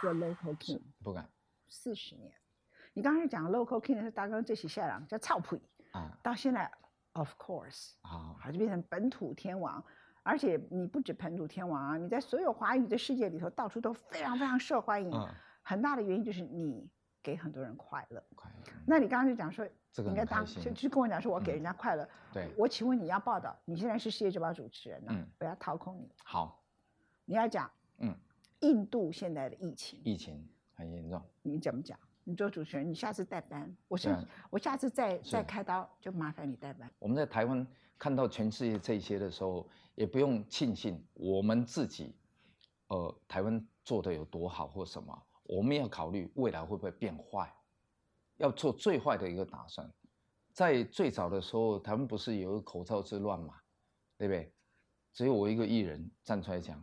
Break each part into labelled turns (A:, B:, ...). A: 做 local king
B: 不敢
A: 四十年。你刚才讲 local king 是大纲最起下郎叫操普，
B: 啊
A: 到现在 of course
B: 啊
A: 好就变成本土天王。而且你不止本土天王啊，你在所有华语的世界里头，到处都非常非常受欢迎。
B: 嗯，
A: 很大的原因就是你给很多人快乐。
B: 快嗯
A: 那你刚刚就讲说，
B: 这个
A: 应该
B: 很
A: 当
B: 开
A: 就
B: 心，
A: 就跟我讲说，我给
B: 嗯
A: 人家快乐。
B: 对，
A: 我请问你要报道，你现在是世界周报主持人呢、
B: 嗯
A: 我要掏空你，
B: 好，
A: 你要讲，
B: 嗯，
A: 印度现在的疫情，
B: 疫情很严重，
A: 你怎么讲？你做主持人，你下次代班，我
B: 对
A: 下
B: 啊
A: 我下次再再
B: 是
A: 开刀就麻烦你代班。
B: 我们在台湾看到全世界这些的时候，也不用庆幸我们自己，呃，台湾做的有多好或什么，我们要考虑未来会不会变坏，要做最坏的一个打算。在最早的时候，台湾不是有口罩之乱嘛，对不对？只有我一个艺人站出来讲，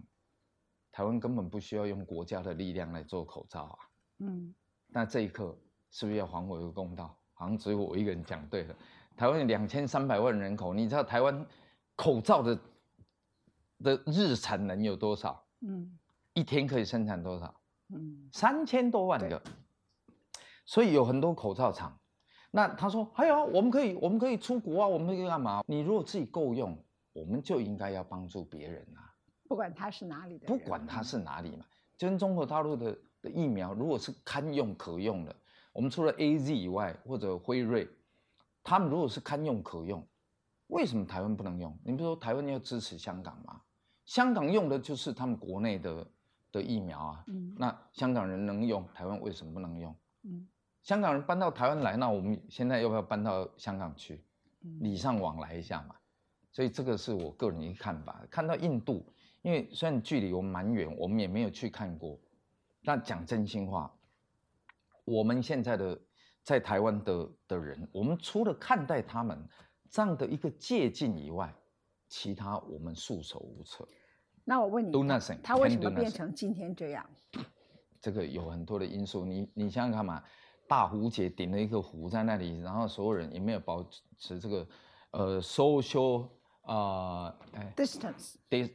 B: 台湾根本不需要用国家的力量来做口罩啊。
A: 嗯，
B: 那这一刻是不是要还我一个公道？好像只有我一个人讲对了。台湾两千三百万人口，你知道台湾口罩的的日产能有多少？
A: 嗯
B: 一天可以生产多少？
A: 嗯
B: 三千多万个，所以有很多口罩厂。那他说：“还、哎、有，我们可以，我们可以出国啊，我们可以干嘛？你如果自己够用，我们就应该要帮助别人啊。”
A: 不管他是哪里的人，嗯
B: 不管它是哪里嘛，就跟中国大陆的的疫苗，如果是堪用可用的，我们除了 A Z 以外，或者辉瑞，他们如果是堪用可用，为什么台湾不能用？你不是说台湾要支持香港吗？香港用的就是他们国内的的疫苗啊，
A: 嗯
B: 那香港人能用，台湾为什么不能用？
A: 嗯
B: 香港人搬到台湾来，那我们现在要不要搬到香港去？
A: 嗯
B: 礼尚往来一下嘛。所以这个是我个人一个看法。看到印度，因为虽然距离我们蛮远，我们也没有去看过。但讲真心话，我们现在的在台湾的的人，我们除了看待他们这样的一个借鉴以外，其他我们束手无策。
A: 那我问你
B: Do nothing，
A: 他为
B: can
A: 什
B: do
A: 么变
B: nothing 嗯
A: 成今天这样？
B: 这个有很多的因素。你你想想看嘛，大胡姐顶了一个湖在那里，然后所有人也没有保持这个呃 social 啊、呃，哎
A: distance
B: dis-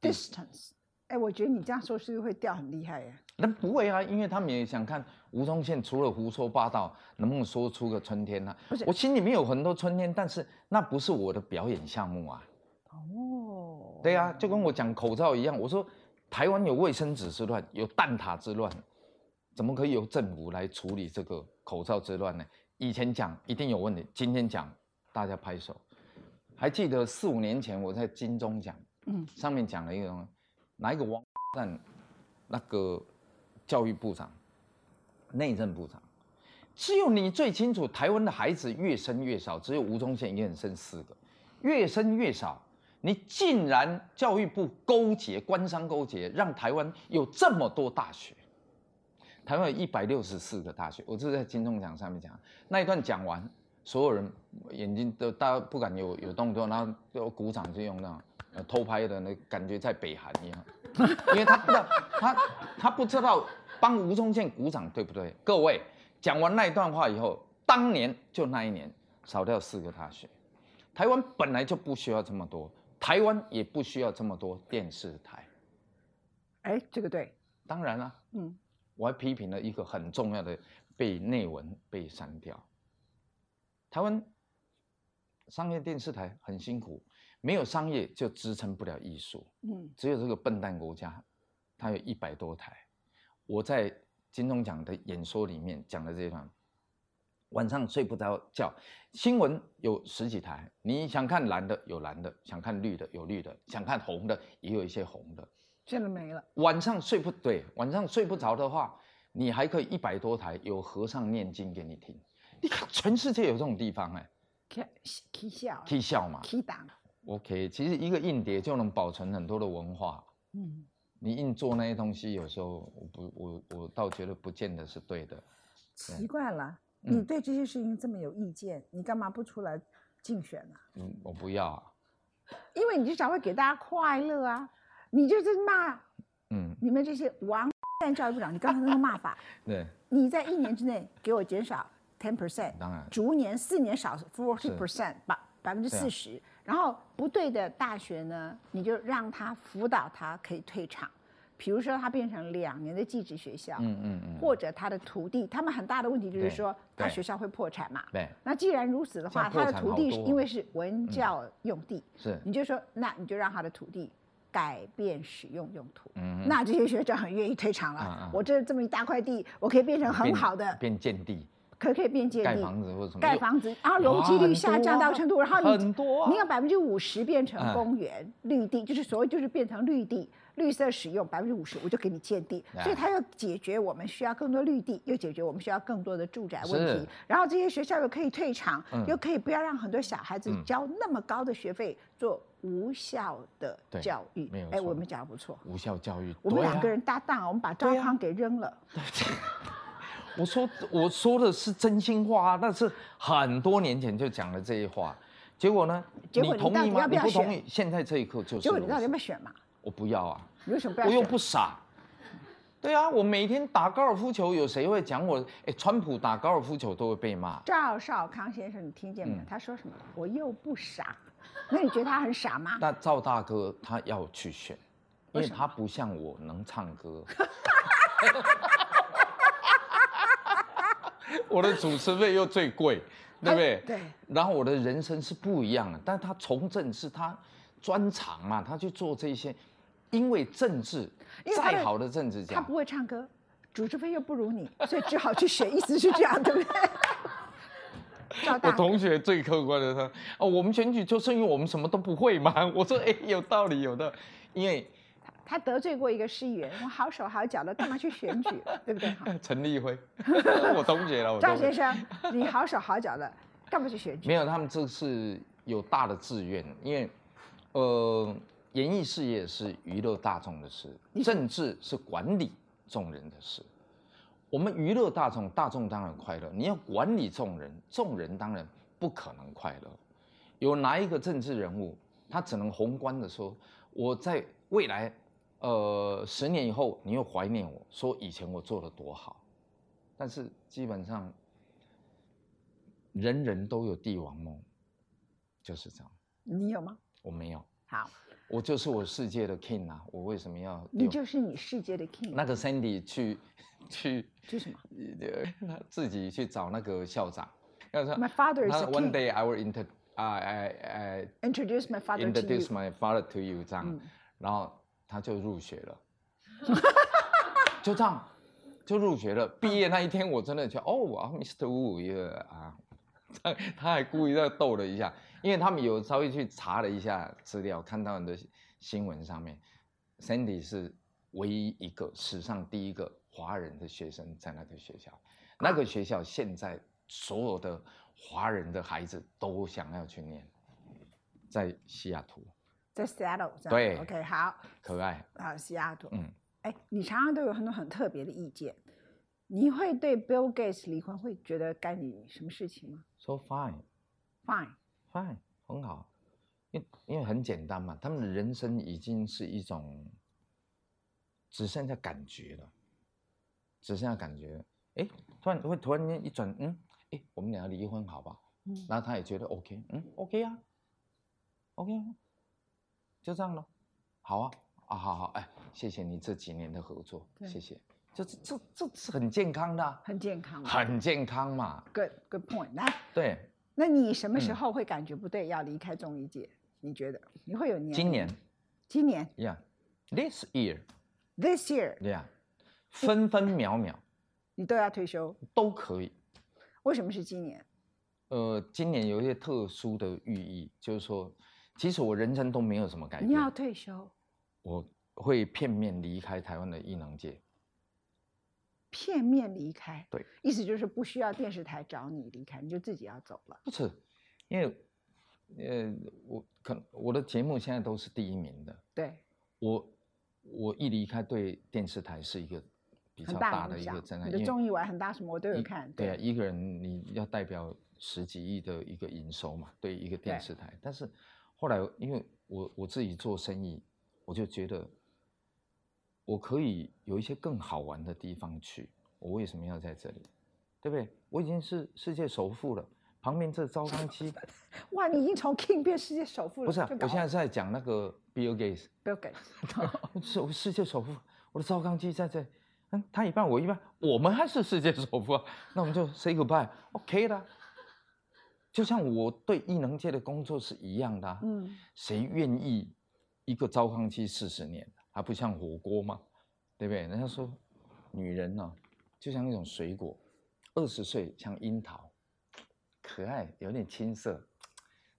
A: distance。哎，我觉得你这样说是不是会掉很厉害呀？
B: 那不会啊，因为他们也想看吴宗宪除了胡说八道，能不能说出个春天呢、
A: 不是
B: 我心里面有很多春天，但是那不是我的表演项目啊。
A: 哦，
B: 对啊，就跟我讲口罩一样，我说台湾有卫生纸之乱，有蛋挞之乱，怎么可以由政府来处理这个口罩之乱呢？以前讲一定有问题，今天讲大家拍手。还记得四五年前我在金钟奖
A: 嗯
B: 上面讲了一个东西，哪一个王蛋那个教育部长、内政部长，只有你最清楚，台湾的孩子越生越少，只有吴宗宪一个人生四个，越生越少。你竟然教育部勾结官商勾结，让台湾有这么多大学，台湾有一百六十四个大学，我这是在金钟奖上面讲那一段讲完，所有人眼睛都大家不敢有有动作，然后就鼓掌就用那种、呃、偷拍的那感觉在北韩一样， 因为他不知道他他不知道帮吴宗宪鼓掌对不对？各位讲完那一段话以后，当年就那一年少掉四个大学，台湾本来就不需要这么多，台湾也不需要这么多电视台。
A: 哎，这个对，
B: 当然了、啊
A: 嗯。
B: 我还批评了一个很重要的被内文被删掉。台湾商业电视台很辛苦，没有商业就支撑不了艺术，
A: 嗯
B: 只有这个笨蛋国家，它有一百多台。我在金钟奖的演说里面讲的这一段，晚上睡不着觉，新闻有十几台，你想看蓝的有蓝的，想看绿的有绿的，想看红的也有一些红的。，
A: 真的没了。
B: 晚上睡不对，晚上睡不着的话，你还可以一百多台有和尚念经给你听。你看全世界有这种地方哎、
A: K K 笑
B: 可以笑嘛
A: K 档，
B: ？OK，其实一个硬碟就能保存很多的文化。
A: 嗯，
B: 你硬做那些东西，有时候我不我我倒觉得不见得是对的。
A: 奇怪了，
B: 嗯
A: 你对这些事情这么有意见，你干嘛不出来竞选呢、
B: 嗯，我不要、啊。
A: 因为你至少会给大家快乐啊！你就是骂
B: 嗯，
A: 你们这些王蛋教育部长，你刚才那个骂法，
B: 对，
A: 你在一年之内给我减少 ten percent，
B: 当然
A: 逐年四年少 forty percent，百百分之
B: 啊
A: 四十。然后不对的大学呢，你就让他辅导他可以退场，比如说他变成两年的寄宿学校，
B: 嗯嗯嗯，
A: 或者他的徒弟，他们很大的问题就是
B: 对
A: 说他
B: 对
A: 学校会破产嘛。
B: 对，
A: 那既然如此的
B: 这
A: 话，
B: 样
A: 他
B: 破
A: 的
B: 产
A: 徒
B: 好
A: 弟是
B: 多
A: 因
B: 哦
A: 为是文教用地，
B: 是，
A: 你就说那你就让他的徒弟改变使用用途。
B: 嗯哼，
A: 那这些学者很愿意退场了。
B: 啊啊
A: 我这这么一大块地，我可以变成很
B: 变
A: 好的，
B: 变建地，
A: 可可以变建
B: 盖
A: 地，
B: 房子或者什么，
A: 盖
B: 就
A: 房子，然后
B: 哇
A: 容积率
B: 很
A: 下
B: 多
A: 降到
B: 啊
A: 程度，然后你
B: 很多啊
A: 你有百分之五十变成
B: 嗯
A: 公园、绿地，就是所谓就是变成绿地、绿色使用百分之五十，我就给你建地。所以
B: 哎
A: 它要解决我们需要更多绿地，又解决我们需要更多的住宅问
B: 是
A: 题。然后这些学校又可以退场，
B: 嗯
A: 又可以不要让很多小孩子
B: 嗯
A: 交那么高的学费做无效的
B: 对
A: 教育
B: 嗯没有。
A: 哎，
B: 错
A: 我们讲的不错。
B: 无效教育，
A: 我们
B: 对
A: 两
B: 啊
A: 个人搭档啊，我们把赵
B: 对啊
A: 康给扔了。
B: 我说我说的是真心话啊，那是很多年前就讲了这些话，结果呢？
A: 结果你
B: 同
A: 到底
B: 意吗？
A: 要不要
B: 你不同
A: 选
B: 意，现在这一刻就是
A: 结果你
B: 如
A: 到底
B: 此
A: 要不要选嘛？
B: 我不要啊，
A: 你为什么不要
B: 我
A: 选？
B: 又不傻。对啊，我每天打高尔夫球，有谁会讲我？哎，川普打高尔夫球都会被骂。
A: 赵少康先生，你听见没有？
B: 嗯
A: 他说什么？我又不傻，那你觉得他很傻吗？
B: 那赵大哥他要去选，
A: 为
B: 因为
A: 什么
B: 他不像我能唱歌。 我的主持费又最贵，对不对？
A: 对。
B: 然后我的人生是不一样的，但他从政是他专长嘛，他去做这些，因为政治
A: 因为他的
B: 再好的政治
A: 他
B: 家
A: 不，会唱歌，主持费又不如你，所以只好去选，意思是这样，对不 对？赵
B: 我
A: 大，
B: 同学最客观的他哦，我们选举就是因为我们什么都不会嘛。我说哎，有道理，有道理，因为
A: 他得罪过一个市议员，我好手好脚的，干嘛去选举，对 不对？好
B: 呃陈立 辉，我同学了，我
A: 赵
B: 同
A: 先。
B: 学
A: 生，你好手好脚的，干嘛去选举？
B: 没有，他们这次有大的志愿，因为呃，演艺事业是娱乐大众的事，政治是管理众人的事。我们娱乐大众，大众当然快乐；你要管理众人，众人当然不可能快乐。有哪一个政治人物，他只能宏观的说，我在未来，呃，十年以后，你又怀念我，说以前我做的多好。但是基本上，人人都有帝王梦，就是这样。
A: 你有吗？
B: 我没有，
A: 好，
B: 我就是我世界的 king 啊！我为什么要
A: 你
B: 有？
A: 就是你世界的 king，
B: 那个 Sandy 去去
A: 这是什么
B: 呃他自己去找那个校长，要说
A: ？My father is
B: 那
A: a
B: One
A: king.
B: day I will inter 啊哎
A: Introduce my
B: 哎
A: father to you. 嗯
B: introduce my father to you 这样，然后他就入学了，就这样就入学了。毕业那一天，我真的觉得哦啊，Mr. Wu 一个啊，他他还故意在逗了一下，因为他们有稍微去查了一下资料，看到很多新闻上面，Sandy 是唯一一个史上第一个华人的学生在那个学校，那个学校现在所有的华人的孩子都想要去念，在西雅图，
A: 在 Seattle 这样。
B: 对
A: ，OK，好，
B: 可爱，
A: 好，西雅图。
B: 嗯。
A: 哎，你常常都有很多很特别的意见，你会对 Bill Gates 离婚会觉得干你什么事情吗
B: So fine,
A: ？Fine，
B: fine，很好，因因为很简单嘛，他们的人生已经是一种只剩下感觉了，只剩下感觉。哎，突然会突然间一转，嗯，哎，我们俩离婚好吧？
A: 嗯
B: 然后他也觉得 OK，嗯，OK 啊，OK 啊，就这样了。好啊，啊，好好，哎，谢谢你这几年的合作，
A: 对
B: 谢谢。这这这是很健康的啊、
A: 很健康嘛。
B: 很健康嘛，
A: Good Good point。来，
B: 对。
A: 那你什么时
B: 嗯
A: 候会感觉不对，要离开综艺界？你觉得你会有年？
B: 今年，
A: 今年
B: Yeah，this year。
A: this year
B: 对呀，分分秒秒
A: 你都要退休，
B: 都可以。
A: 为什么是今年？
B: 呃，今年有一些特殊的寓意，就是说，其实我人生都没有什么改
A: 你要
B: 变，
A: 退休，
B: 我会片面离开台湾的艺能界。
A: 片面离开，
B: 对，
A: 意思就是不需要电视台找你离开，你就自己要走了。
B: 不是，因为，呃，我可我的节目现在都是第一名的，
A: 对，
B: 我我一离开，对电视台是一个比
A: 很
B: 较
A: 大
B: 大
A: 影
B: 的一
A: 响
B: 个震撼，
A: 你
B: 因
A: 的
B: 为
A: 综艺玩很大，什么我都有
B: 一
A: 看。
B: 对啊，，一个人你要代表十几亿的一个营收嘛，对一个电
A: 对
B: 视台。但是后来因为我我自己做生意，我就觉得我可以有一些更好玩的地方去，我为什么要在这里？对不对？我已经是世界首富了，旁边这招 商机
A: 哇，你已经从 king 变世界首富了。
B: 不是啊、
A: 这
B: 我
A: 搞
B: 现在是在讲那个 Bill Gates，
A: Bill Gates，
B: 我是我世界首富，我的烧烤鸡在这，嗯，他一半我一半，我们还是世界首富啊，那我们就 say goodbye，OK、的啊。就像我对艺能界的工作是一样的、啊，
A: 嗯，
B: 谁愿意一个糟糠期四十年？还不像火锅吗？对不对？人家说，女人呢、就像一种水果，二十岁像樱桃，可爱有点青涩；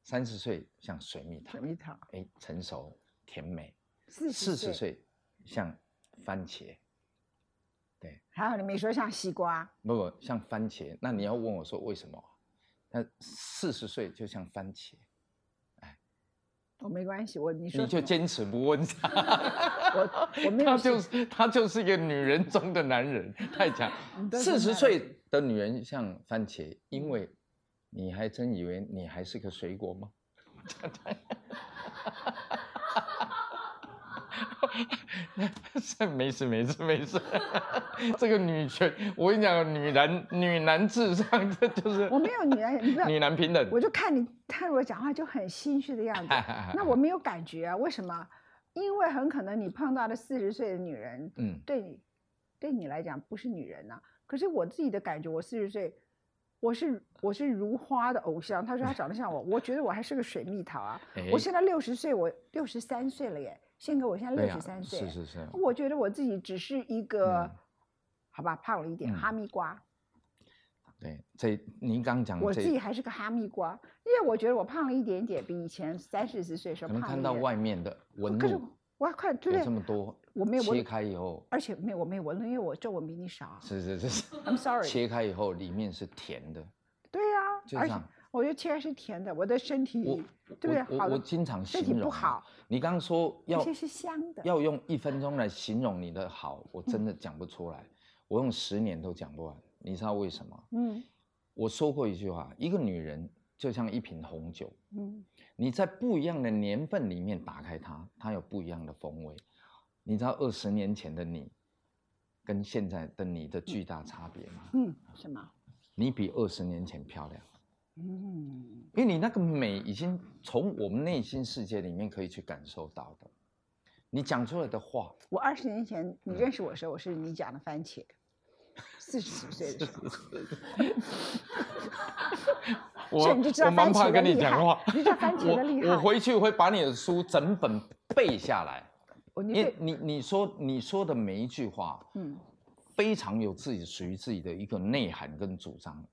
B: 三十岁像水蜜桃
A: 水，蜜桃，
B: 哎，成熟甜美；
A: 四
B: 四十
A: 十岁，
B: 岁像番茄，
A: 还好你没说像西瓜，
B: 不不像番茄。那你要问我说为什么？那四十岁就像番茄，
A: 我没关系，我你说
B: 你
A: 什
B: 就
A: 么
B: 坚持不问他。
A: 我我没有
B: 他
A: 信
B: 就是他就是一个女人中的男人，太强
A: 你。都是嗯
B: 四
A: 男
B: 十
A: 人
B: 岁的女人像番茄，因为你还真以为你还是个水果吗？ 这没事没事没事，这个女权，我跟你讲，女男女男至上，这就是
A: 我没有女人，你不要
B: 女男平等
A: 我。就看你，他如果讲话就很心虚的样子，那我没有感觉啊？为什么？因为很可能你碰到的四十岁的女人，
B: 嗯，
A: 对你，对你来讲不是女人呐、可是我自己的感觉，我四十岁，我是我是如花的偶像。他说他长得像我，我觉得我还是个水蜜桃啊。
B: 哎
A: 我现在六十岁，我六十三岁了耶，宪哥，我现在
B: 对
A: 六
B: 呀
A: 十三岁
B: 是
A: 耶，
B: 是是，
A: 我觉得我自己只是一个，
B: 嗯
A: 好吧，胖了一点，
B: 嗯
A: 哈密瓜。
B: 对，这您刚讲
A: 我
B: 嗯这
A: 自己还是个哈密瓜，因为我觉得我胖了一点点，比以前三四十岁的时
B: 可
A: 候
B: 能
A: 胖了一
B: 看到
A: 点。
B: 外面的纹
A: 可是
B: 路
A: 我还快对
B: 有
A: 不
B: 这
A: 对？
B: 么多，
A: 我没有纹
B: 切
A: 路，
B: 开以后，
A: 而且没有我没有纹路，因为我皱纹比你少啊。
B: 是是 是是，
A: I'm sorry。
B: 切开以后里面是甜的，
A: 对呀、
B: 就
A: 而
B: 这
A: 且
B: 样
A: 我觉得切是甜的，我的身
B: 我
A: 体对不对？
B: 我
A: 好
B: 我我
A: 的，
B: 经常
A: 身体
B: 形
A: 不
B: 容啊
A: 好，
B: 你刚刚说
A: 而
B: 要
A: 且是香的。
B: 要用一分钟来形容你的好，我真的讲不出来，我用十年都讲不完，你知道为什么？
A: 嗯
B: 我说过一句话，一个女人就像一瓶红酒，
A: 嗯，
B: 你在不一样的年份里面打开它，它有不一样的风味。你知道二十年前的你跟现在的你的巨大差别吗？
A: 嗯，什么？
B: 你比二十年前漂亮。
A: 嗯，
B: 因为你那个美已经从我们内心世界里面可以去感受到的，你讲出来 的话，
A: 我二十年前
B: 嗯
A: 你认识我的时候，我是你讲的番茄。四十岁的时候，所以你就知道
B: 我
A: 番
B: 蛮
A: 茄
B: 怕
A: 的
B: 跟你
A: 厉
B: 讲
A: 害
B: 话，
A: 你就知道番茄的厉
B: 我我
A: 害
B: 回去会把你的书整本背下来，
A: 我你
B: 因为
A: 对，
B: 你你说你说的每一句话
A: 嗯，
B: 非常有自己属于自己的一个内涵跟主张，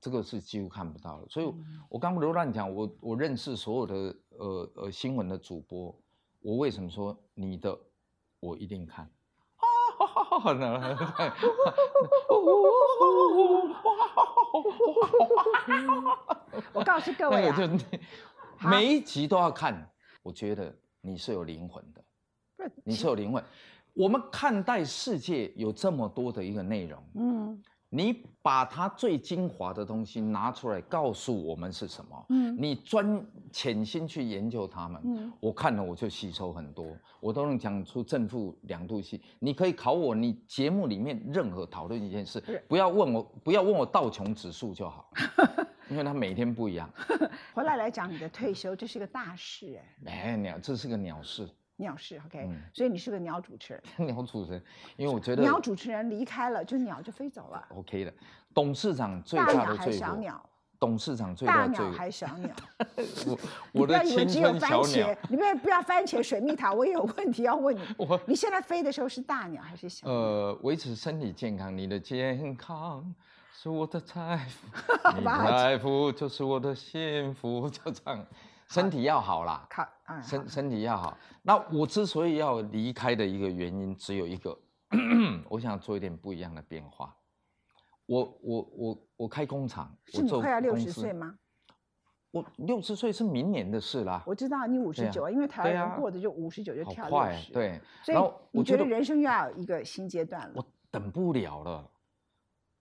B: 这个是几乎看不到的。所以
A: 嗯
B: 我，我刚不是乱讲，我我认识所有的呃呃新闻的主播，我为什么说你的我一定看？啊
A: 我告诉各位
B: 那
A: 啊，
B: 个就每一集都要看，我觉得你是有灵魂的，
A: 不是
B: 你是有灵魂。我们看待世界有这么多的一个内容，
A: 嗯
B: 你把它最精华的东西拿出来告诉我们是什么，
A: 嗯
B: 你专潜心去研究它们，
A: 嗯
B: 我看了我就吸收很多，我都能讲出正负两度系。你可以考我，你节目里面任何讨论一件事
A: 是，
B: 不要问我，不要问我道琼指数就好， 因为它每天不一样。
A: 回来来讲你的退休，这是个大事哎，
B: 哎，鸟，这是个鸟事，
A: 鸟事，OK，、
B: 嗯
A: 所以你是个鸟主持人，
B: 鸟主持人，因为我觉得
A: 鸟主持人离开了，就鸟就飞走了，
B: OK 的。董事长最
A: 大
B: 大
A: 鸟
B: 的
A: 还是
B: 罪
A: 小
B: 过，
A: 鸟？
B: 董事长最
A: 大
B: 大的罪
A: 鸟
B: 过，
A: 还是小鸟？
B: 我
A: 你
B: 我
A: 不要
B: 的
A: 以为
B: 青
A: 只有
B: 春
A: 番
B: 小鸟
A: 茄，，你不要不要番茄水蜜桃，我也有问题要 问你。
B: 我
A: 你现在飞的时候是大鸟还是小鸟？
B: 呃，维持身体健康，你的健康是我的财 富，你的
A: 吧
B: 财富就是我的幸福，就这样，身体要好啦，
A: 靠，嗯，好
B: 身身体要好。那我之所以要离开的一个原因只有一个， 我想做一点不一样的变化。我我我我开工厂，我
A: 是你
B: 做
A: 快要六
B: 公
A: 十
B: 司
A: 岁？吗？
B: 我六十岁是明年的事啦，
A: 我知道你五
B: 对
A: 十
B: 啊
A: 九，因为台湾
B: 对
A: 人
B: 啊
A: 过的就五十九就
B: 好
A: 跳
B: 快
A: 六
B: 欸，
A: 十，，
B: 对。
A: 所以
B: 然后
A: 你
B: 我
A: 觉
B: 觉
A: 得
B: 得
A: 人生又要有一个新阶段了
B: 我。等不了了，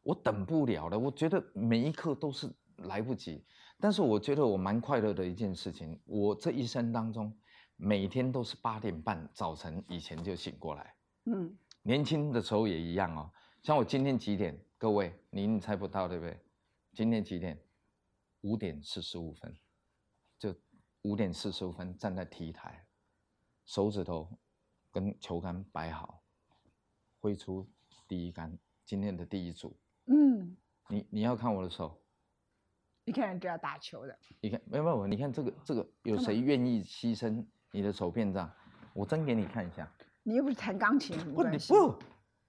B: 我等不了了。我觉得每一刻都是来不及，但是我觉得我蛮快乐的一件事情。我这一生当中，每天都是八点半早晨以前就醒过来。
A: 嗯，
B: 年轻的时候也一样哦。像我今天几点？各位，你你猜不到对不对？今天几点？五点四十五分，就五点四十五分站在 T 台，手指头跟球杆摆好，挥出第一杆，今天的第一组。
A: 嗯，
B: 你你要看我的手，
A: 一看就要打球的，
B: 你看没有没有，你看这个这个有
A: 干嘛
B: 谁愿意牺牲你的手变这样？我真给你看一下。
A: 你又不是弹钢琴，有什么
B: 不
A: 关
B: 你
A: 系
B: 不，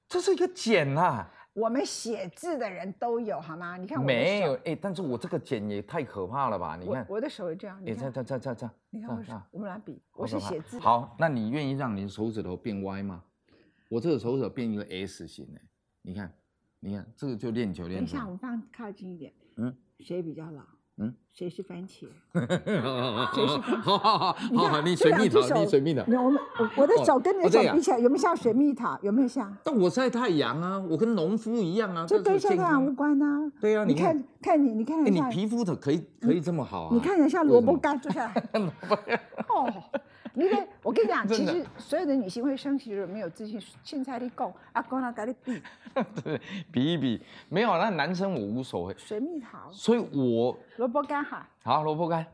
B: 这是一个茧啊，
A: 我们写字的人都有好吗？你看我的
B: 没
A: 手
B: 有哎、但是我这个茧也太可怕了吧？你看
A: 我，我的手也这样，
B: 哎、
A: 你
B: 这样
A: 看，
B: 这样这样这样这样，
A: 你
B: 这
A: 看我
B: 样
A: 的手
B: 这样，
A: 我们俩比，
B: 好
A: 我是
B: 可怕
A: 写字的，
B: 好，那你愿意让你的手指头变歪吗？我这个手指头变一个 S 型哎、你看，你看这个就练球
A: 等
B: 练
A: 一
B: 球
A: 下，我。们放靠近一点，
B: 嗯，
A: 谁比较老？
B: 嗯，
A: 谁是番茄？
B: 好好好
A: 你
B: 好
A: 看
B: 好，你
A: 这
B: 水
A: 两
B: 蜜
A: 只
B: 桃，
A: 手
B: 你水蜜桃。
A: 没有，我们我我的
B: 哦
A: 手跟你
B: 哦
A: 的
B: 这
A: 手
B: 样
A: 比起来，有没有像水蜜桃？有没有像？
B: 但我晒太阳啊，我跟农夫一样啊，
A: 这
B: 但
A: 跟
B: 是
A: 晒
B: 健
A: 太
B: 康
A: 阳无关啊。
B: 对啊，
A: 你
B: 你看，
A: 看看你，你看
B: 哎，
A: 一
B: 你
A: 下，
B: 皮肤的可以可以这么好啊？
A: 你看一下
B: 为
A: 萝
B: 什
A: 卜
B: 么
A: 干坐 下来。哦，你看，我跟你讲，其
B: 真的
A: 实所有的女性会生气，就是没有自信。现在你讲，阿公那跟你比
B: 对，比一比，没有，啊那男生我无所谓，
A: 水蜜桃、
B: 所以我
A: 萝卜干哈，
B: 好萝卜干，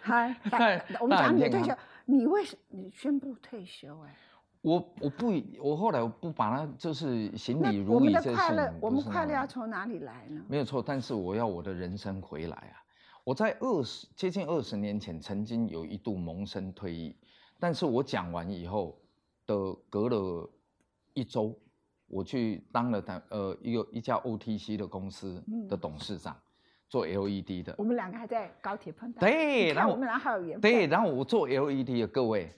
A: 嗨，
B: 那
A: 我们
B: 那
A: 讲
B: 哎很
A: 你的
B: 健
A: 退休
B: 康，
A: 你为什你宣布退休？哎，
B: 我我不以，我后来我不把它就是行
A: 那
B: 礼
A: 我
B: 如
A: 们
B: 仪
A: 的
B: 这事
A: 快乐
B: 情，
A: 我
B: 不
A: 们
B: 是那
A: 快乐
B: 么
A: 要从哪里来呢？
B: 没有错，但是我要我的人生回来啊！我在二十接近二十年前，曾经有一度萌生退役，但是我讲完以后的隔了一周，我去当了台呃一个一家 OTC 的公司
A: 嗯
B: 的董事长，做 LED 的
A: 我，们两个还在高铁碰到，你
B: 对
A: 看
B: 然后
A: 我们俩好有缘分。
B: 对，然后我做 LED 的各位，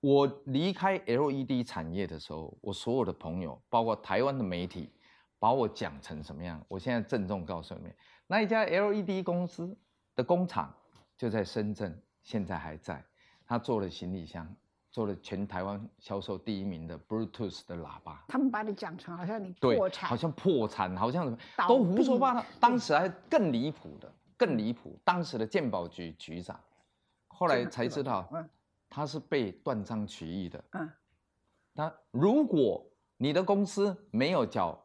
B: 我离开 LED 产业的时候，我所有的朋友，包括台湾的媒体，把我讲成什么样？我现在郑重告诉你们，那一家 LED 公司的工厂就在深圳，现在还在。他做了行李箱，做了全台湾销售第一名的 Bluetooth 的喇叭。
A: 他们把你讲成好像你
B: 对
A: 破，产，
B: 好像破产，好像什么
A: 倒
B: 都胡说
A: 闭
B: 八道。当时还更离谱的，更离谱。当时的鉴宝局局长，后来
A: 这个
B: 才知道
A: 嗯
B: 他是被断章取义的。
A: 嗯，
B: 他如果你的公司没有缴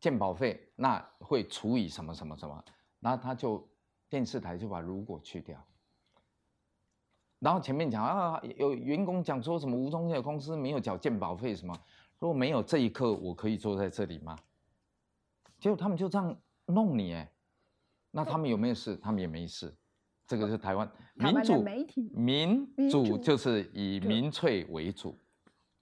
B: 鉴保费，那会处以什么什么什么，然后他就电视台就把如果去掉。然后前面讲啊，有员工讲说什么吴宗宪的公司没有缴鉴保费什么，如果没有这一刻，我可以坐在这里吗？结果他们就这样弄你哎，那他们有没有事？他们也没事，这个是台湾
A: 台湾
B: 民
A: 的
B: 主嗯
A: 媒体，
B: 民
A: 民主
B: 主就是以
A: 对
B: 民粹为主，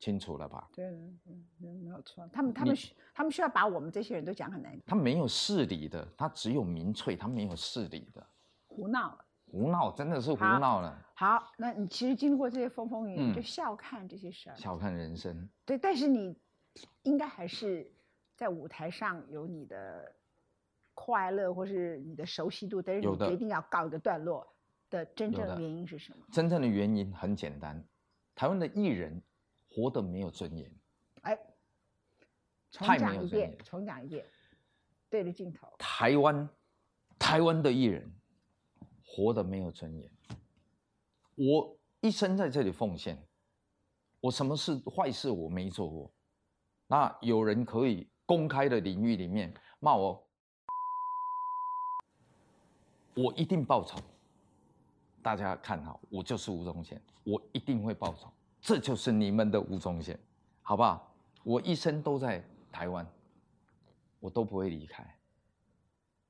B: 清楚了吧？
A: 对，嗯嗯没有错。他们他们需他们需要把我们这些人都讲很难
B: 他没有事理的，他只有民粹，他没有事理的，
A: 胡闹。
B: 胡闹真的是胡
A: 好
B: 闹了，
A: 好，那你其实经过这些风风雨雨，你就
B: 嗯
A: 笑看这些事儿。
B: 小看人生。
A: 对，但是你应该还是在舞台上有你的快乐，或是你的熟悉度，但是
B: 有
A: 你
B: 的
A: 决定要告一个段落的真
B: 有
A: 正
B: 的
A: 原因是什么？
B: 真正的原因很简单，台湾的艺人活得没有尊严，
A: 哎，重
B: 太没有
A: 讲一
B: 尊
A: 遍
B: 严，
A: 重讲一遍，对着镜头。
B: 台湾台湾的艺人活得没有尊严。我一生在这里奉献，我什么事坏事我没做过。那有人可以公开的领域里面骂我，我一定报仇。大家看好，我就是吴宗宪，我一定会报仇。这就是你们的吴宗宪，好不好？我一生都在台湾，我都不会离开。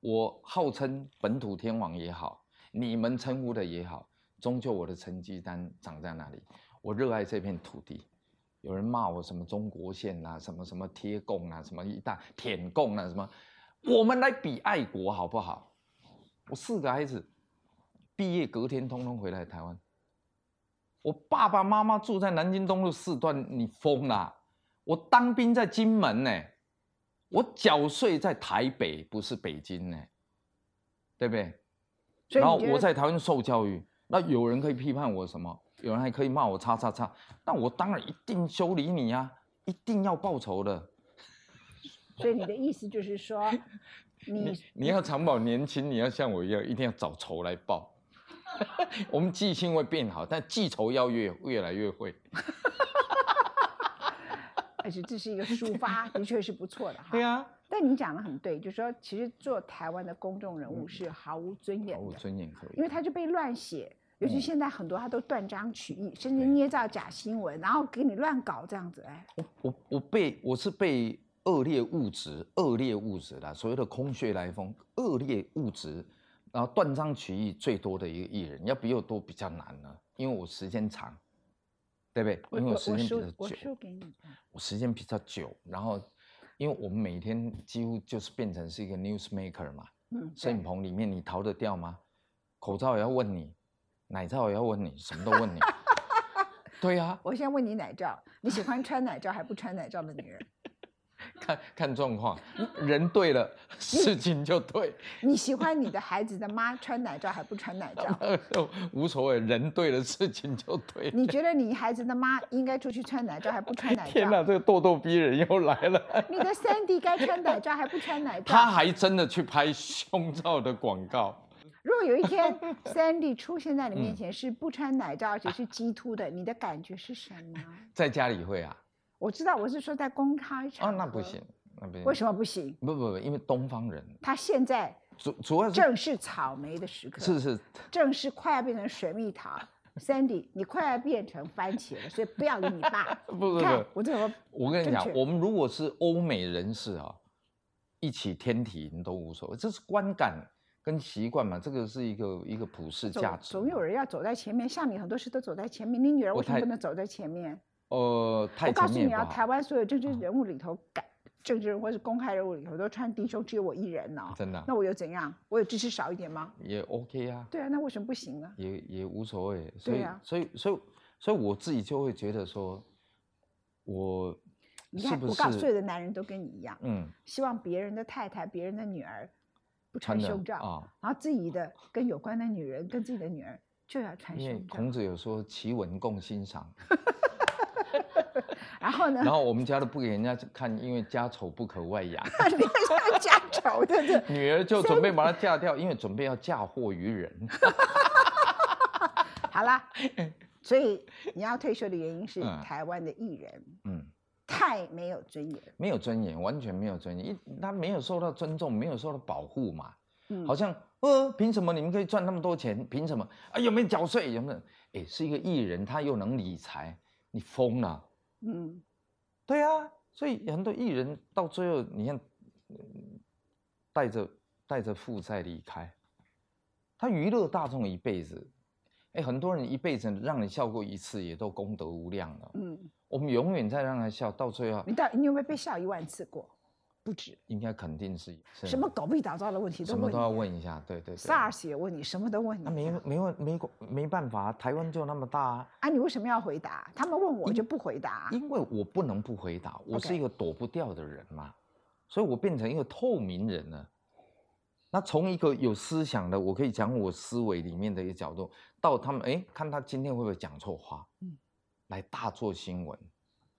B: 我号称本土天王也好，你们称呼的也好，终究我的成绩单长在那里。我热爱这片土地。有人骂我什么中国线啦、什么什么贴供啦、什么一大舔供啦、什么，我们来比爱国好不好？我四个孩子毕业隔天通通回来台湾，我爸爸妈妈住在南京东路四段，你疯啊啦、我当兵在金门呢、我缴税在台北，不是北京呢、对不对？
A: 所以
B: 然后
A: 你觉
B: 我
A: 得
B: 在台湾受教育，那有人可以批判我什么？有人还可以骂我叉叉叉，那我当然一定修理你啊，一定要报仇的。
A: 所以你的意思就是说，你
B: 你要长保年轻，你要像我一样，一定要找仇来报。 我们记性会变好，但记仇要越越来越会。
A: 而且哎这是一个 抒发，的确是不错的哈。
B: 对啊，
A: 但你讲的很对，就是说，其实做台湾的公众人物是毫无尊严
B: 嗯毫无
A: 的，
B: 尊严可以
A: 因为他就被乱写，尤其
B: 嗯
A: 现在很多他都断章取义，甚至捏造假新闻，然后给你乱搞这样子，哎，
B: 我我被我是被恶劣物质、恶劣物质啦，所谓的空穴来风、恶劣物质，然后断章取义最多的一个艺人，要比我多比较难呢、因为我时间长，对不对？
A: 我
B: 因为
A: 我
B: 我时
A: 我
B: 间
A: 输
B: 比较
A: 我
B: 久，
A: 输给你，
B: 我时间比较久，然后因为我们每天几乎就是变成是一个 newsmaker 嘛，
A: 嗯，
B: 摄影
A: 对
B: 棚里面你逃得掉吗？口罩也要问你，奶罩也要问你，什么都 问你。对啊呀、
A: 我先问你奶罩，你喜欢穿奶罩还不穿奶罩的女人，
B: 看看状况，嗯人对了， 事情就对，
A: 你喜欢你的孩子的妈穿奶罩还不穿奶 罩？
B: 无所谓，人对了，事情就对。
A: 你觉得你孩子的妈应该出去穿奶罩还不穿奶
B: 天
A: 罩？
B: 哪，这个咄咄逼人又来了。
A: 你的三弟该穿奶罩还不穿奶
B: 他
A: 罩？
B: 还真的去拍胸罩的广告，
A: 如果有一 天三弟出现在你面
B: 嗯
A: 前是不穿奶罩，而且是鸡突的，你的感觉是什么？
B: 在家里会啊？
A: 我知道，我是说在公开场
B: 哦，
A: 合。
B: 那不行。，那不行。
A: 为什么不行？
B: 不不不，因为东方人
A: 他现在
B: 主主要是
A: 正是草莓的时刻，
B: 是是
A: 正是快要变成水蜜桃。Sandy，你快要变成番茄了，所以不要理你爸。
B: 不 不
A: 你
B: 不
A: 看，我怎么
B: 我跟你讲
A: 正，确
B: 我们如果是欧美人士啊，一起天体都无所谓，这是观感跟习惯嘛，这个是一个一个普世价
A: 总
B: 值嘛。
A: 总有人要走在前面，像你很多事都走在前面，你女儿
B: 我
A: 为什么
B: 太
A: 不能走在前面？
B: 呃，太
A: 我告
B: 前
A: 诉
B: 面
A: 你
B: 也
A: 啊，
B: 不
A: 台
B: 好，
A: 湾所有政治人物里头，感政治人物或是公开人物里头都穿低胸，只有我一人哦。
B: 真的啊
A: 那我又怎样？我有支持少一点吗？
B: 也 OK 啊，
A: 对啊，那为什么不行呢？
B: 也也无所谓。所以、
A: 啊
B: 所以所以所以我自己就会觉得说，我
A: 你
B: 是
A: 看，
B: 不
A: 我告诉所有
B: 是
A: 的男人都跟你一样，
B: 嗯
A: 希望别人的太太、别人的女儿不穿
B: 的
A: 胸罩，
B: 啊？
A: 然后自己的跟有关的女人、跟自己的女儿就要穿
B: 因为
A: 胸罩。
B: 孔子有说“奇文共 欣赏”，
A: 然后呢
B: 然，后我们家都不给人家看，因为家丑不可外扬。
A: 你看家丑的这。
B: 女儿就准备把她嫁掉，因为准备要嫁祸于人。
A: 好 啦，所以你要退休的原因是
B: 嗯
A: 台湾的艺人
B: 嗯，
A: 太没有尊严。
B: 没有尊严，完全没有尊严，一她没有受到尊重，没有受到保护嘛。
A: 嗯
B: 好，像呃，凭什么你们可以赚那么多钱？凭什么啊？有没有缴税？有没有？哎，是一个艺人，他又能理财，你疯了？
A: 嗯，
B: 对啊，所以很多艺人到最后，你看，嗯带着带着负债离开，他娱乐大众一辈子。哎，很多人一辈子让你笑过一次，也都功德无量了。
A: 嗯，
B: 我们永远在让他笑，到最后
A: 你到你有没有被笑一万次过？不止，
B: 应该肯定是是
A: 什么狗屁倒灶的问题都
B: 什么
A: 问
B: 都要
A: 你
B: 问一下，对对对。
A: ，SARS 也问你，什么都问你。
B: 那没没问没没办法，台湾就那么大啊。
A: 啊，你为什么要回答？他们问我就不回答。
B: 因为我不能不回答，我
A: OK
B: 是一个躲不掉的人嘛所以我变成一个透明人了。那从一个有思想的，我可以讲我思维里面的一个角度，到他们哎，看他今天会不会讲错话，
A: 嗯
B: 来大做新闻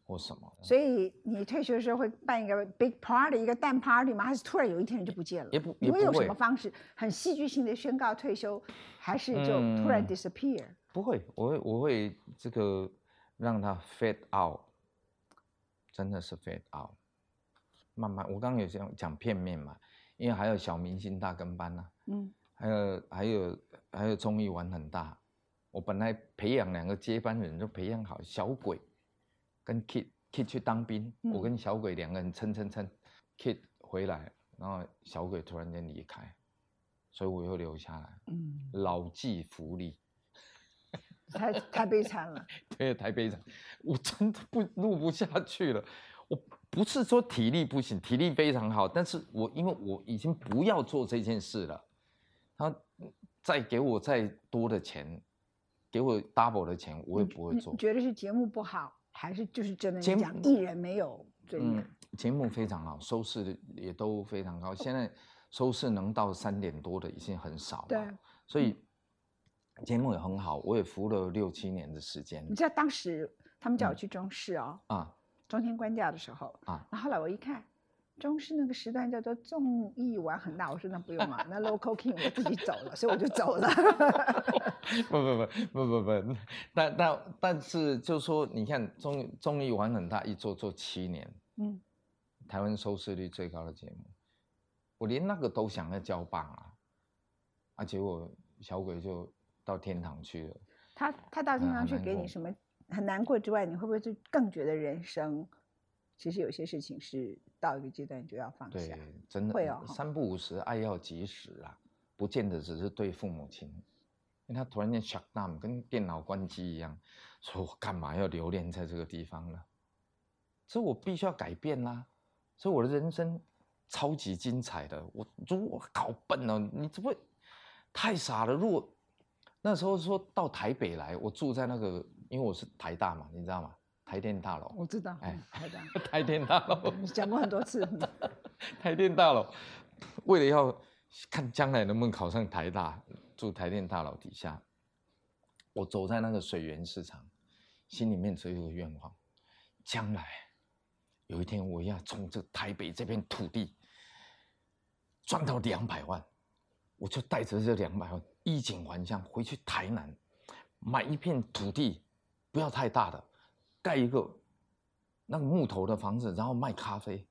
B: 或什么，
A: 所以你退休的时候会办一个 big party，一个蛋 party 吗？还是突然有一天人就不见了？
B: 也不
A: 你
B: 也
A: 会
B: 不
A: 用什
B: 会
A: 么方式？很戏剧性的宣告退休，还是就突然
B: 嗯
A: disappear？、
B: 不会，我会我会这个让他 fade out，真的是 fade out，慢慢，我刚刚有讲讲片面嘛，因为还有小明星大跟班呐、啊
A: 嗯，
B: 还有还有还有综艺玩很大，我本来培养两个接班人就培养好小鬼跟 Kid Kid 去当兵，我
A: 嗯
B: 跟小鬼两个人撑撑撑，Kid 回来，然后小鬼突然间离开，所以我又留下来，
A: 嗯，
B: 老骥伏枥，
A: 太太悲惨了。
B: 对，太悲惨，我真的不录不下去了。我不是说体力不行，体力非常好，但是我因为我已经不要做这件事了，他再给我再多的钱，给我 double 的钱，我也 不会
A: 你
B: 做
A: 你。觉得是节目不好，还是就是真的？
B: 节
A: 你
B: 目
A: 讲艺人没有尊严
B: 嗯，节目非常好，收视也都非常高，现在收视能到三点多的已经很少了，
A: 对，嗯
B: 所以节目也很好，我也服了六七年的时间
A: 你知道当时他们叫我
B: 嗯
A: 去中视哦，
B: 啊。
A: 中天关掉的时候
B: 啊，
A: 然后后来我一看。中视那个时段叫做综艺玩很大，我说那不用了，那 local king 我自己走了，所以我就走了。
B: 不不不不不不，但但但是就说，你看综综艺玩很大，一做做七年，
A: 嗯，
B: 台湾收视率最高的节目，我连那个都想要交棒啊，啊，结果小鬼就到天堂去了。
A: 他他到天
B: 嗯
A: 堂
B: 很
A: 去
B: 难
A: 给你
B: 过
A: 什么很难过之外，你会不会就更觉得人生其实有些事情是到一个阶段就要放
B: 对
A: 下？，
B: 真的
A: 会哦
B: 三不五时，爱要及时啊，不见得只是对父母亲，因为他突然间 shut down，跟电脑关机一样，说我干嘛要留恋在这个地方呢？所以我必须要改变啦、所以我的人生超级精彩的。我如果搞笨了，你这不太傻了。如果那时候说到台北来，我住在那个，因为我是台大嘛，你知道吗？台电大楼，
A: 我知道，
B: 哎
A: 嗯，好的，
B: 台电大楼。
A: 你讲过很多次，嗯
B: 台电大楼，为了要看将来能不能考上台大，住台电大楼底下，我走在那个水源市场，心里面只有一个愿望：将来有一天我要从这台北这片土地赚到两百万，我就带着这两百万衣锦还乡，回去台南买一片土地，不要太大的，盖一个那个木头的房子，然后卖咖啡。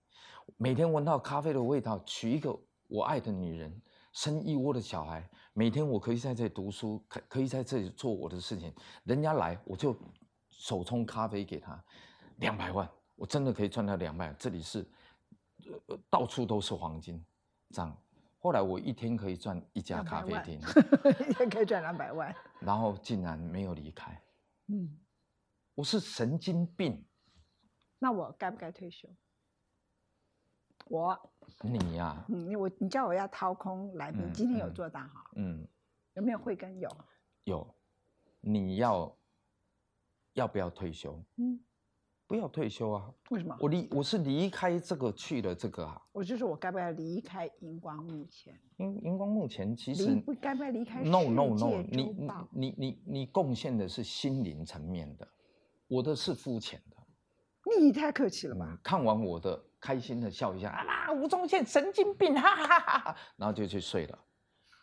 B: 每天闻到咖啡的味道，娶一个我爱的女人，生一窝的小孩，每天我可以在这里读书，可可以在这里做我的事情，人家来我就手冲咖啡给他，两百万，我真的可以赚到两百万，这里是、呃呃到处都是黄金，这样。后来我一天可以赚一家
A: 200
B: 咖啡
A: 万
B: 厅，
A: 一天可以赚两百 万，
B: 然后竟然没有离开，
A: 嗯，
B: 我是神经病，
A: 那我该不该退休？我，
B: 你啊呀、
A: 嗯，我你叫我要掏空来宾，
B: 嗯
A: 今天有
B: 嗯
A: 做到哈？
B: 嗯。
A: 有没有慧根？有，
B: 有，你要要不要退休？
A: 嗯，
B: 不要退休啊！
A: 为什么？
B: 我离我是离开这个去了这个啊，
A: 我就说我该不该离开荧光幕前？
B: 荧荧光幕前其实
A: 离不该不该离开
B: no
A: 世
B: no no，
A: 界
B: 你
A: 周
B: 你
A: 报
B: 你你你贡献的是心灵层面的，我的是肤浅的。
A: 你太客气了吧？
B: 嗯看完我的，开心的笑一下啊，吴宗宪神经病，哈哈哈哈，然后就去睡了。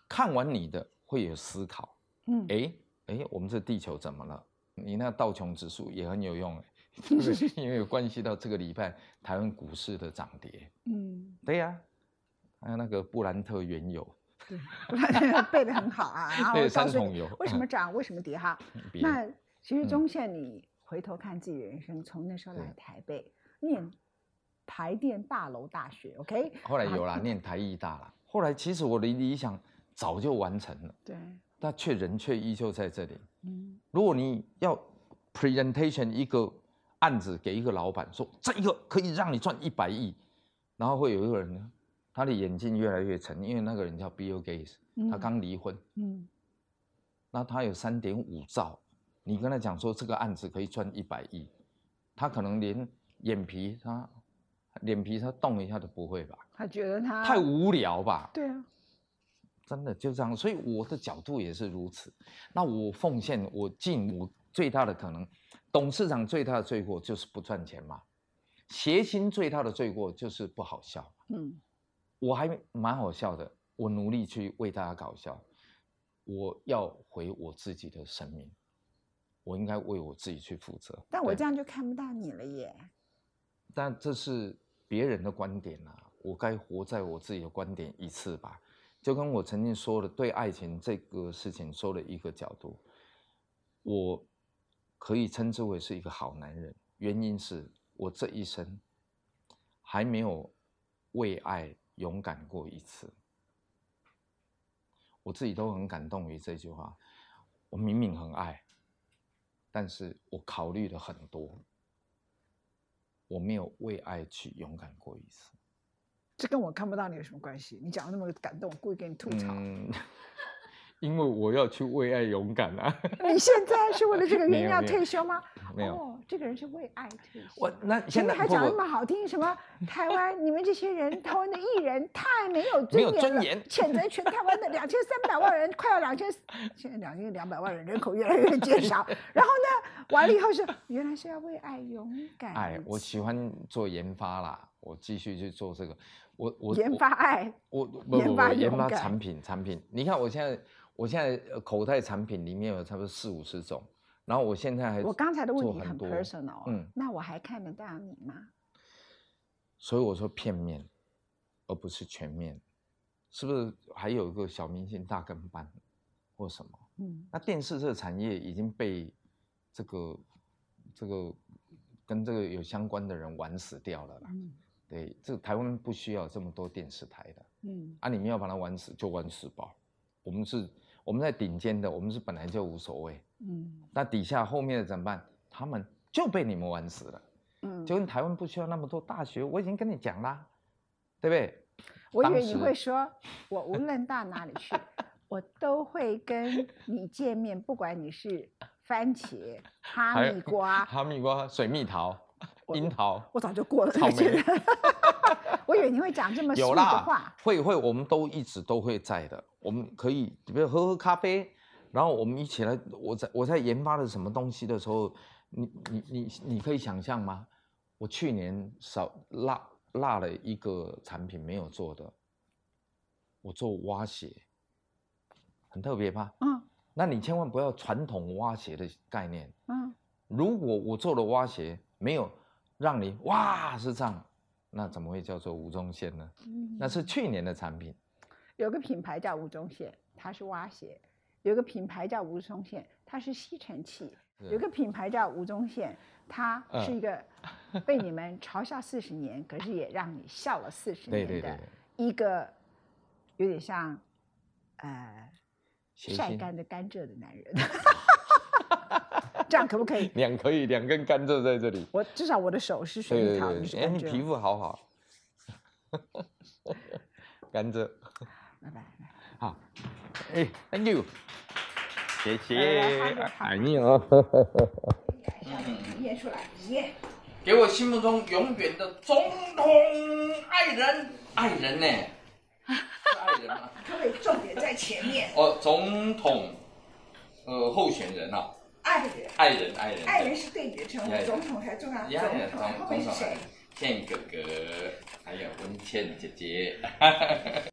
B: 看完你的会有思考，
A: 嗯，
B: 诶诶，我们这地球怎么了？你那道琼指数也很有用诶，对不 对？因为有关系到这个礼拜台湾股市的涨跌。
A: 嗯，
B: 对呀、还有那个布兰特原油，
A: 对，背得很好啊。然后
B: 对
A: 我告
B: 三
A: 诉
B: 桶
A: 你
B: 油
A: 为什么涨，为什么跌哈。
B: 嗯别
A: 那其实
B: 嗯
A: 中线你回头看自己人生，从那时候来
B: 对
A: 台北念台电大楼大学，OK？
B: 后来有
A: 啊
B: 啦，念台艺大啦。后来其实我的理想早就完成了，
A: 对，
B: 但却人却依旧在这里。
A: 嗯
B: 如果你要 presentation 一个案子给一个老板说，这一个可以让你赚一百亿，然后会有一个人呢，他的眼镜越来越沉，因为那个人叫 Bill Gates，他
A: 嗯
B: 刚离婚，
A: 嗯
B: 那他有三点五兆，你跟他讲说这个案子可以赚一百亿，他可能连眼皮他脸皮他动一下都不会吧？
A: 他觉得他
B: 太无聊吧？
A: 对啊，
B: 真的就这样，所以我的角度也是如此。那我奉献，我尽我最大的可能。董事长最大的罪过就是不赚钱嘛，谐星最大的罪过就是不好笑。
A: 嗯
B: 我还蛮好笑的，我努力去为大家搞笑。我要回我自己的生命，我应该为我自己去负责。
A: 但我
B: 对
A: 这样就看不到你了耶。
B: 但这是别人的观点啦、我该活在我自己的观点一次吧。就跟我曾经说的，对爱情这个事情说了一个角度，我可以称之为是一个好男人，原因是我这一生还没有为爱勇敢过一次。我自己都很感动于这句话。我明明很爱，但是我考虑了很多，我没有为爱去勇敢过一次。
A: 这跟我看不到你有什么关系？你讲的那么感动，我故意给你吐槽。
B: 嗯， 因为我要去为爱勇敢啊。
A: 你现在是为了这个
B: 没
A: 原因
B: 有
A: 要
B: 没有
A: 退休吗？
B: 没有
A: 哦，这个人是为爱退休。
B: 我那
A: 前
B: 现在
A: 面还
B: 不
A: 讲得那
B: 不
A: 么好听，什 么台湾，你们这些人，台湾的艺人太没有尊
B: 没
A: 严
B: 有
A: 了，
B: 尊严
A: 谴责全台湾的两千三百万人，快要两千，现在两千两百万人人口越来越减 少。然后呢，完了以后是原来是要为爱勇敢，
B: 哎，我喜欢做研发啦，我继续去做这个。我我
A: 研
B: 我
A: 发爱，
B: 我不
A: 研
B: 不
A: 发
B: 不研
A: 勇
B: 发
A: 敢
B: 产品产品，你看我现在我现在呃口袋产品里面有差不多四五十种，然后我现在还
A: 我刚才的问
B: 做
A: 题
B: 很
A: 很
B: 多
A: personal，啊
B: 嗯
A: 那我还看得到你吗？
B: 所以我说片面，而不是全面，是不是？还有一个小明星大跟班或什么，
A: 嗯
B: 那电视这个产业已经被这个这个跟这个有相关的人玩死掉了啦。
A: 嗯
B: 对，这台湾不需要这么多电视台的
A: 嗯
B: 啊！你们要把它玩死就玩死吧。我们是我们在顶尖的，我们是本来就无所谓。
A: 嗯
B: 那底下后面的怎么办？他们就被你们玩死了。
A: 嗯，
B: 就跟台湾不需要那么多大学，我已经跟你讲啦，对不对？
A: 我以
B: 当
A: 为你
B: 时
A: 会说，我无论到哪里 去，我都会跟你见面，不管你是番茄、哈
B: 还有
A: 密 瓜，
B: 哈密瓜、水蜜桃、樱桃
A: 我早就过了
B: 草
A: 那些
B: 莓
A: 人。 我以为你会讲这么
B: 有
A: sweet 的
B: 啦
A: 话，，
B: 会会，我们都一直都会在的。我们可以，比如喝喝咖啡，然后我们一起来。我在我在研发的什么东西的时候，你你你你可以想象吗？我去年少落落了一个产品没有做的，我做蛙鞋，很特别吧？
A: 嗯
B: 那你千万不要传统蛙鞋的概念。
A: 嗯
B: 如果我做的蛙鞋没有让你哇是这样，那怎么会叫做吴宗宪呢？
A: 嗯，
B: 那是去年的产品，
A: 有个品牌叫吴宗宪，它是蛙鞋；有个品牌叫吴宗宪，它是吸尘器；有
B: 是
A: 个品牌叫吴宗宪，它
B: 嗯
A: 是一个被你们嘲笑四十年， 可是也让你笑了四十
B: 对
A: 年
B: 对对
A: 的
B: 对
A: 一个有点像呃
B: 谐
A: 晒
B: 星，
A: 干的甘蔗的男人， 这样可不可以？
B: 两可以两根甘蔗在这里。
A: 我至少我的手是水
B: 对
A: 蜜
B: 对
A: 桃，你
B: 对
A: 是
B: 对，哎，
A: 甘
B: 你皮
A: 蔗。
B: 肤好好，甘蔗
A: 拜拜。
B: 好，哎，Thank you，谢
A: 来来来
B: 哎呦，
A: 验出来，耶！
B: 给我心目中永远的总统爱人，爱人呢？是爱人吗？
A: 可不可以重点在前面？
B: 哦，总统，呃，候选人啊，
A: 爱人，
B: 爱人，爱人，
A: 爱人是对你的称呼，
B: Yeah.
A: 总统才重要。
B: 呀呀，
A: 总统后面
B: 总
A: 是
B: 总统
A: 谁？，
B: 倩哥哥，还有文倩姐姐。